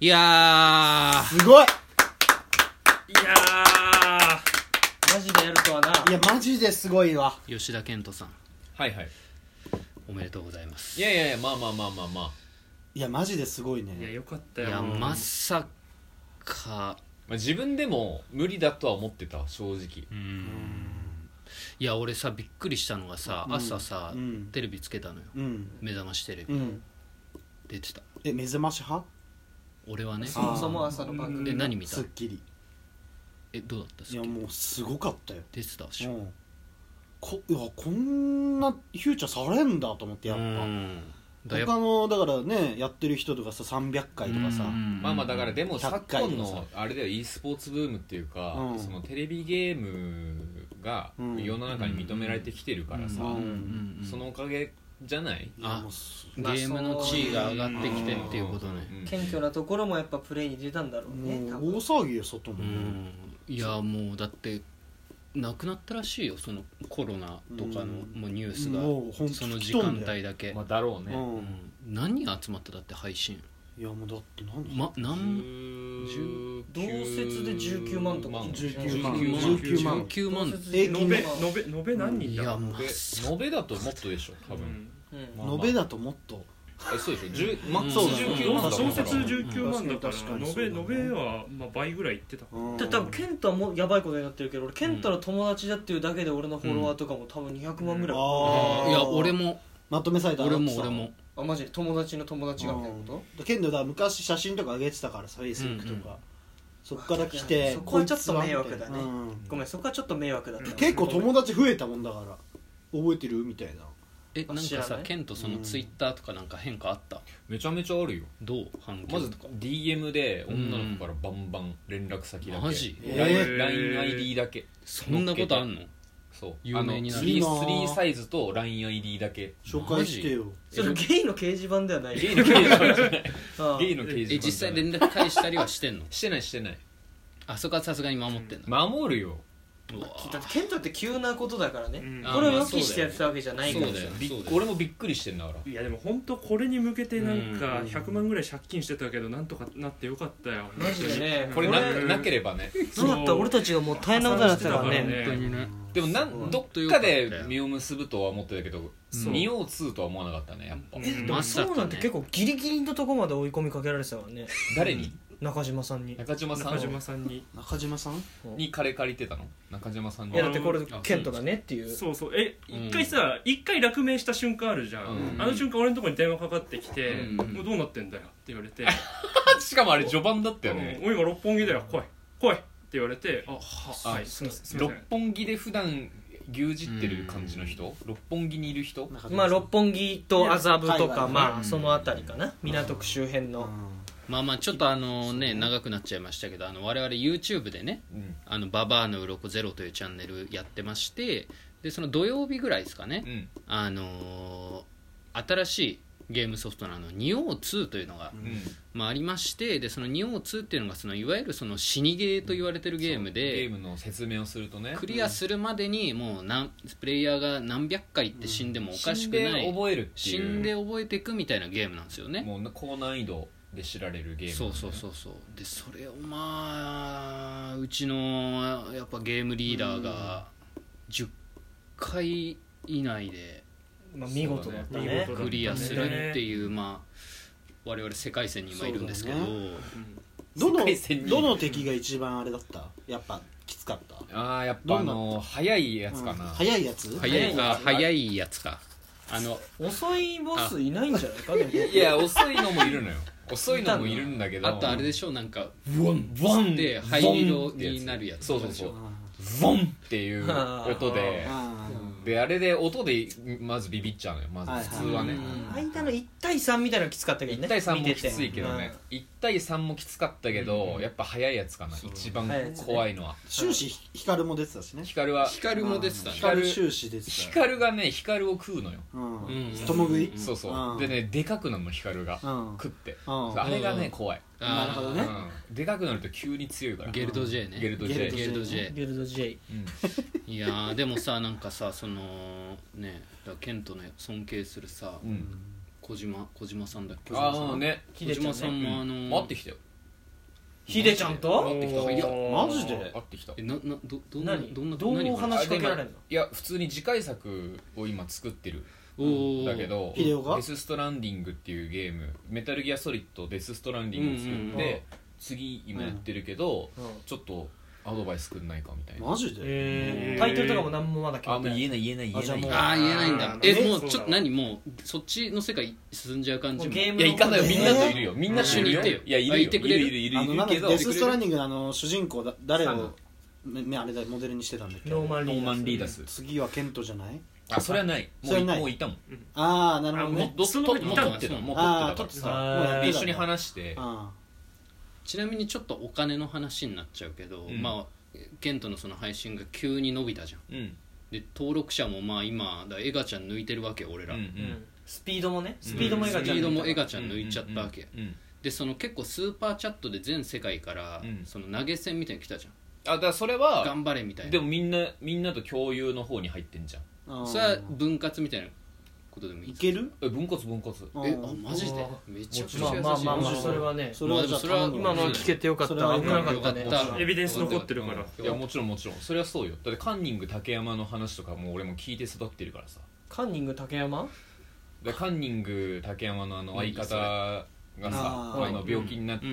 いやすごいいやーマジでやるとはないやマジですごいわー、吉田健人さん、はいはいおめでとうございます。いやいやいやまあまあまあまあまあいやマジですごいねいやよかったいよや、うんまさか、まあ自分でも無理だとは思ってた正直いや、俺さ、びっくりしたのがさ、うん朝さ、うんテレビつけたのよ。うん目覚ましテレビ、うん出てた。え目覚まし派俺はね、そもそも朝の番組え、何見たスッキリえ、どうだったっいやもうすごかったよ出てたでしうょ。んこいやこんなフューチャーされんだと思ってやっうぱんだやっぱ他のだからねやってる人とかさ300回とかさうんまあまあだからでも昨100回今とかさのあれだよ e スポーツブームっていうか、うんそのテレビゲームがうん世の中に認められてきてるからさ、うんそのおかげじゃない、いやあもうすゲームの地位が上がってきてっていうことねうん謙虚なところもやっぱプレーに出たんだろうね多もう分大騒ぎよ外うもねんいやもうだって亡くなったらしいよそのコロナとかのうんもうニュースもうほがんとその時間帯だけまあ、だろううね、うんん何が集まっただって配信いやもうだって何ま何19同説で19万とか19万19 19万万19万平延均べね延べ延べ何い人やまでさ延べだともっとでしょ多分、うんまあまあ延べだともっとえそうでしょ10マックスそうだね19万だから小説19万だから確かに延確かべに延べはまあ倍ぐらいいってたうんで多分ケンタもやばいことになってるけど俺ケンタの友達だっていうだけで俺のフォロワーとかも多分200万ぐらい、あーいや俺もまとめサイト上俺がってもた俺もあマジで友達の友達がみたいなこ剣道だから昔写真とか上げてたからさフェイスブックとか、そっから来てそこはちょっと迷惑だこいつはねみたいなうんとごめんそこはちょっと迷惑だったな結構友達増えたもんだから覚えてるみたいなえなんか知らさないケントそのうんツイッターとかなんか変化あっためちゃめちゃあるよどう反ま響ずとか DM で女の子からバンバン連絡先だけ、マジ LINE えー LINEID だけそんなことあんのそう有名になるあのスリーいいなスリーサイズと LINEID だけ紹介してよそれゲイの掲示板ではないゲイの掲示板じゃないああゲイの掲示板え実際連絡返したりはしてんの してないしてないあそこはさすがに守ってんの守るようわだってケンタって急なことだからね、うんこれを予期してやってたわけじゃないそかうらだよさねびっそうだよ俺もびっくりしてんだからいやでも本当これに向けてなんかうん100万ぐらい借金してたけどなんとかなってよかったよマジでねこれなな俺なければねそうだったら俺たちがもう大変なことになってたからねね本当にねでもなすごんいどっかで実を結ぶとは思ってたけどそう見よう2とは思わなかったねやっぱうんでもそうなんまさかねて結構ギリギリのとこまで追い込みかけられてたからね誰に中島さんに中島さ中ん島さんに中島さんに彼借りてたの中島さんいにやだってこれあケントがねっていうそうそうえ一回さ一回落命した瞬間あるじゃうんんあの瞬間俺のとこに電話かかってきてうんもうどうなってんだよって言われてしかもあれ序盤だったよねうんおい今六本木だよ来い来いって言われてあははいすいませんすいま六せん本木で普段牛耳ってる感じの人六本木にいる人中島さんまあ六本木と麻布と海外かねまあその辺りかな港区周辺うのんまあまあちょっとあのね長くなっちゃいましたけどあの我々 YouTube でねうん「あのババアの鱗ゼロというチャンネルやってましてでその土曜日ぐらいですかうね、んあのー新しいゲームソフトなのニオー2というのが、うんまあ、ありましてでそのニオー2っていうのがそのいわゆるその死にゲーと言われてるゲームゲでームの説明をするとねクリアするまでにもう何プレイヤーが何百回って死んでもおかしくな死んでい覚えるってい死うんで覚えていくみたいなゲームなんですよねもう高難易度で知られるゲームそうそうそうそうでそれをまあうちのやっぱゲームリーダーが10回以内でまあ見事だったそうだねね見事クリアするっていうまあ我々世界線に今いるんですけど、そうだど世の界線にどの敵が一番あれだったやっぱきつかったああやっぱあの早いやつかうんな早いやつ早いか早い早いやつかあの遅いボスいないんじゃないかでもいや遅いのもいるのよ遅いのもいるんだけどあとあれでししょなんかょワンワンで灰色になるやつそうそうそうんうボンっていう 音であーであれで音でまずビビっちゃうのよまはずいはい普通はねうん間の1対3みたいなのきつかったけどね1対3見もてきてついけどね1対3もきつかったけどやっぱ早いやつかな一番怖いのは終始光も出てたしね光は光も出てたね光終始出てた光がね光を食うのようんうん共食いそうそううんでねでかくなるの光がうん食ってうんあれがね怖いなるほどねうんでかくなると急に強いからゲルド J ねゲルド J ゲルド J ビルド J うんいやーでもさなんかさそのねだからケントの尊敬するさうん小島小島さんだっけああね小島さんもあの待ってきたよヒデちゃんと会ってきたいやマジで会ってきたえななどどんな何どんなどう何これ話しかけられるのいや普通に次回作を今作ってるおーんだけどヒデオがデス・ストランディング」っていうゲーム「メタルギアソリッドデス・ストランディング」作って、うんうんうん次今やってるけど、うんちょっとアドバイスくんないかみたいな、マジでえータイトルとかも何もまだ決あまっあもてうない言えない言えないあじ言えないゃああ言えないんだあーえねもうそうちだょっと何もうそっちの世界進んじゃう感じもうゲームいや行かないよみんなといるよみんなといるよえーいやいるいよていくるれいるるいあるのいなるんけだどデス・ストランディングのあの主人公だ誰サをムめめあれだモデルにしてたんだっけノーマンリノーーダマーンリーダス次はケントじゃないあそれはないもそれはうないもういたもんああなるほどあねどっもとそのもう時撮いったてのたもう撮ってたああか撮っらてさたあーもうやってでた一緒に話してあちなみにちょっとお金の話になっちゃうけど、うんまあケントのその配信が急に伸びたじゃんうんで登録者もまあ今だからエガちゃん抜いてるわけよ俺うら、んううんんスピードもねスピードもエガちゃんスピードもエエガガちゃん抜いちゃったわけ、うんうんうんでその結構スーパーチャットで全世界からうんその投げ銭みたいに来たじあだからそれゃんは頑張れみたいなでもみんなみんなと共有の方に入ってんじゃんあああそれは分割みたいなことでもいいいけるえ分割分割あえーあマジであめちゃくちゃま優あしいまあまあまあ優しいそれはねそれはじゃあ頼むまあで今もそれはのは聞けてよかっそたれは危なかったよねかったエビデンス残ってるからいやもちろんもちろんそれはそうよだってカンニング竹山の話とかもう俺も聞いて育ってるからさカンニング竹山でカンニング竹山のあの相方がさあーあの病気になって、う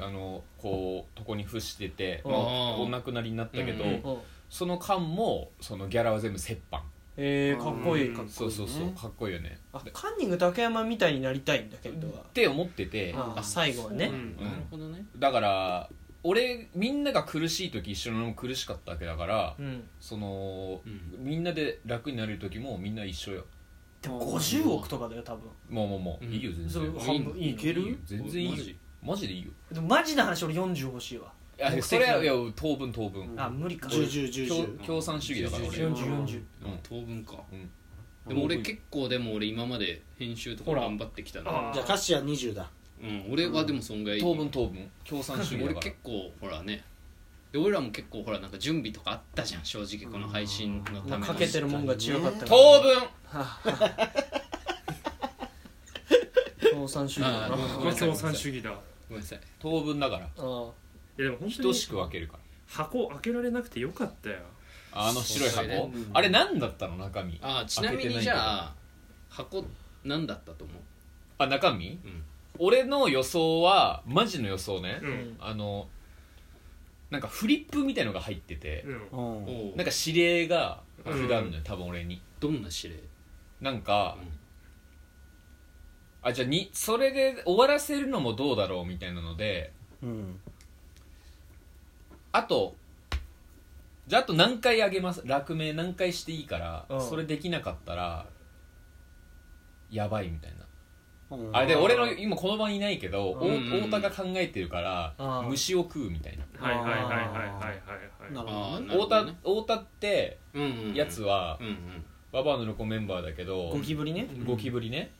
んあのこう床に伏してて、うんまあお亡くなりになったけど、うんうんその間もそのギャラは全部折半えーかっこいいうんかっこいいそうそうそうねかっこいいよねあカンニング竹山みたいになりたいんだけどはって思っててあ最後はうねんんなるほどねだから俺みんなが苦しい時一緒に俺も苦しかったわけだからうんその、うんみんなで楽になれる時もみんな一緒よでも50億とかだよ多分もうもうもう、うんいいよ全そ然れ半分いいのいけるいいよ全然いいよマジマジでいいよでもマジな話俺40欲しいわいや目そ的れなはのいや当分当分、あ無理か10 10 10共10共産主義だから俺、うん4040うん当分かうんでも俺結構でも俺今まで編集とかほら頑張ってきたあなーじゃあカシア20だうん俺はでもそんぐらい当分当分共産主義俺だから結構ほらねで俺らも結構ほらなんか準備とかあったじゃん正直この配信のためのかけてるもんが違かった当分共産主義だあなーごめんなマさいスオさん主義だいごめんなさい当分だからあやでも本当等にしく分けるから箱開けられなくてよかったよあの白い箱、そうそううんあれ何だったの中身あーちなみにじゃあ箱何だったと思うあ中身、うん俺の予想はマジの予想ね、ううんんあのなんかフリップみたいのが入っててう、うんんおうなんか指令が普段のよ多分俺にどんな指令なんか、あじゃあにそれで終わらせるのもどうだろうみたいなのでうんあとじゃああと何回あげます落命何回していいから、うんそれできなかったらやばいみたいなうんあれで俺の今この場にいないけど、うんうんうん太田が考えてるから、うん虫を食うみたいな、はいはいはいはいはいなはいるほなどねるほど太田ね太田ってうんうんうんやつは、うんうんババアのロコメンバーだけどゴキブリねゴキブリね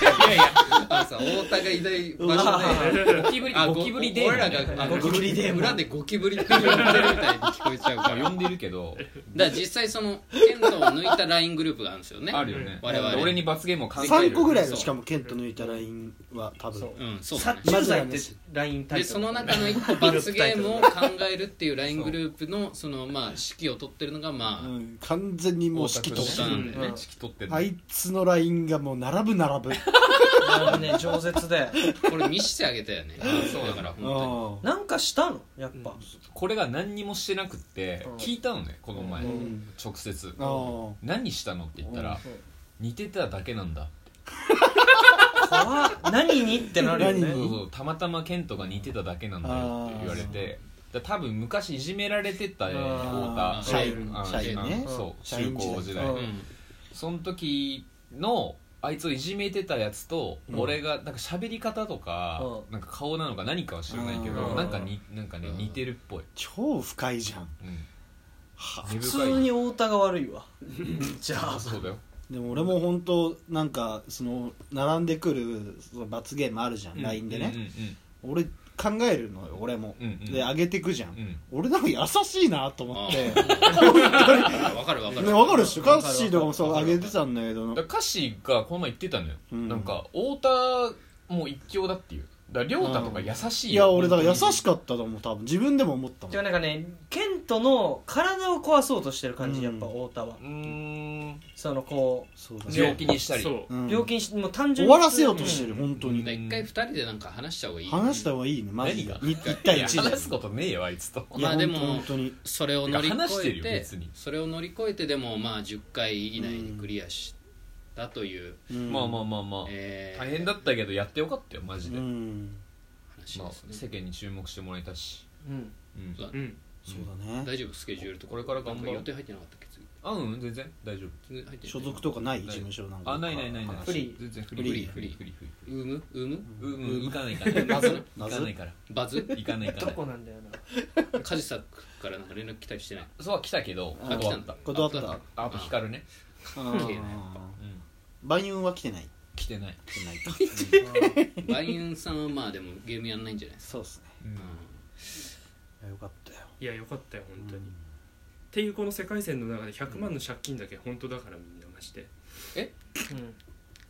いやいやあさ太田がいない場うわ所で ゴキブリあゴキブリデーモンね俺らがあゴキブリデーモン裏でゴキブリって呼んでるみたいに聞こえ ちゃうから呼んでるけどだから実際そのケントを抜いた LINE グループがあるんですよねあるよね我々俺に罰ゲームを考え3個ぐらいそのうしかもケント抜いたラインは多そうう分んそうだ殺ね虫剤ってラインタイでトルその中の1個罰ゲームを考えるっていう LINE グループのそのまあ指揮を取ってるのがまあうん完全にもう指揮と取ったんでねうん式取ってんのあいつのラインがもう並ぶ並ぶあのね饒舌でこれ見して あげたよねそうだだからな本当うなんかしたのやっぱこれが何にもしてなくってうん聞いたのねこの前うん直接ん何したのって言ったら似てただけなんだかわ何にってなるようそ何うにねそうたまたまケントが似てただけなんだよって言われてだから多分昔いじめられてたよ太あー田シャイうんシャイねうんそうシャイ中時代高時代うにうんその時のあいつをいじめてたやつとうん俺がなんか喋り方とかうんなんか顔なのか何かは知らないけうどんなんかになんかねうん似てるっぽい超深いじゃんうんは根普深い通に太田が悪いわじゃああそうだよでも俺も本当なんかその並んでくるその罰ゲームあるじゃん、うん LINE でねう、ん俺考えるのよ俺も、うんうんうんで上げてくじゃん、うんうん俺なんか優しいなと思って、 あわかるわかるね、分かるでしょカるッシーとかもそう上げてたんだけどだから歌詞がこの前言ってたのよ、うんなんか太田もう一強だっていうから亮太とか優しいいや俺だから優本しかったと思う多分自分でも思ったもんでもなんかねケントの体を壊そうとしてる感じ、うんやっぱ太田は当にうーんそのこそうだね病気にしたりそうううん病気にしもう単終純にわらせようとしてるん本当にね一回二人でなんか話した方がいい話した方がいいねマジで何がに一対一いやで話すことねえよあいつといやまあでも本当にそれを乗り越話してえるよて別にそれを乗り越えてでもまあ10回以内にクリアしたという、本当にまあまああまあまあ、えー大変だったけどやってよかったよマジで、うん話まあですね、世間に注目してもらえたし、うんうんそうだうんそうだね大丈夫スケジュールとかこれから頑張ろうなん予定入ってなかったっけ次あうん全然大丈夫全然入ってない所属とかない事務所なんかあないないないないフリー全然フフリリーーフリーフリーフリウームウームーうんううんん行かない行かない謎行か謎ないからバズ行かない行かどないこなんだよな梶作からなんか連絡来たりしてないそうは来たけどああ来断たっんただ断ったああと光るね、んだあうーん、バイオンは来てない来てない、来てないバイユンさんはまあでもゲームやんないんじゃないですそうっすねうんか、いやよかったよいやよかったよ本当に、うっんていうこの世界線の中で100万の借金だけ本当だからみんなましてうん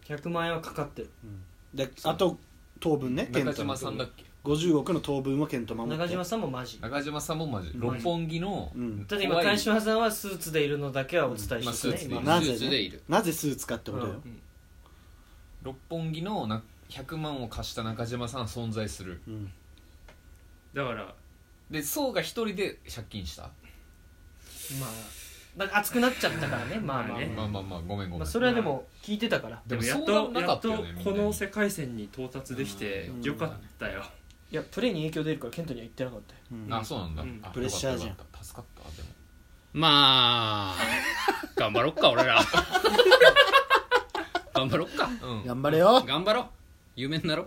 100万円はかかってるうんであと当分ね中島さんだっけ50億の当分は健と守って中島さんもマジ中島さんもマジん六本木の、うんだって今怖い川島さんはスーツでいるのだけはお伝えまあしスてーねツでい今るなスぜーツでいるねなぜスーツかってことよ六本木のな100万を貸した中島さんは存在するうんだからで宋が一人で借金した、まあだから熱くなっちゃったからねまあまあまあねままあまあまあごめんごあめん、それはでも聞いてたからでもやっ相と談なやかっったとよねこの世界線に到達できてうんよかったよいやプレーに影響出るからケントには言ってなかったようんあそうなんだ、うんあプレッシャーじゃんよかったよかった助かったわでもまあ頑張ろっか俺ら 頑張ろっかうん、頑張れよ頑張ろう夢になろう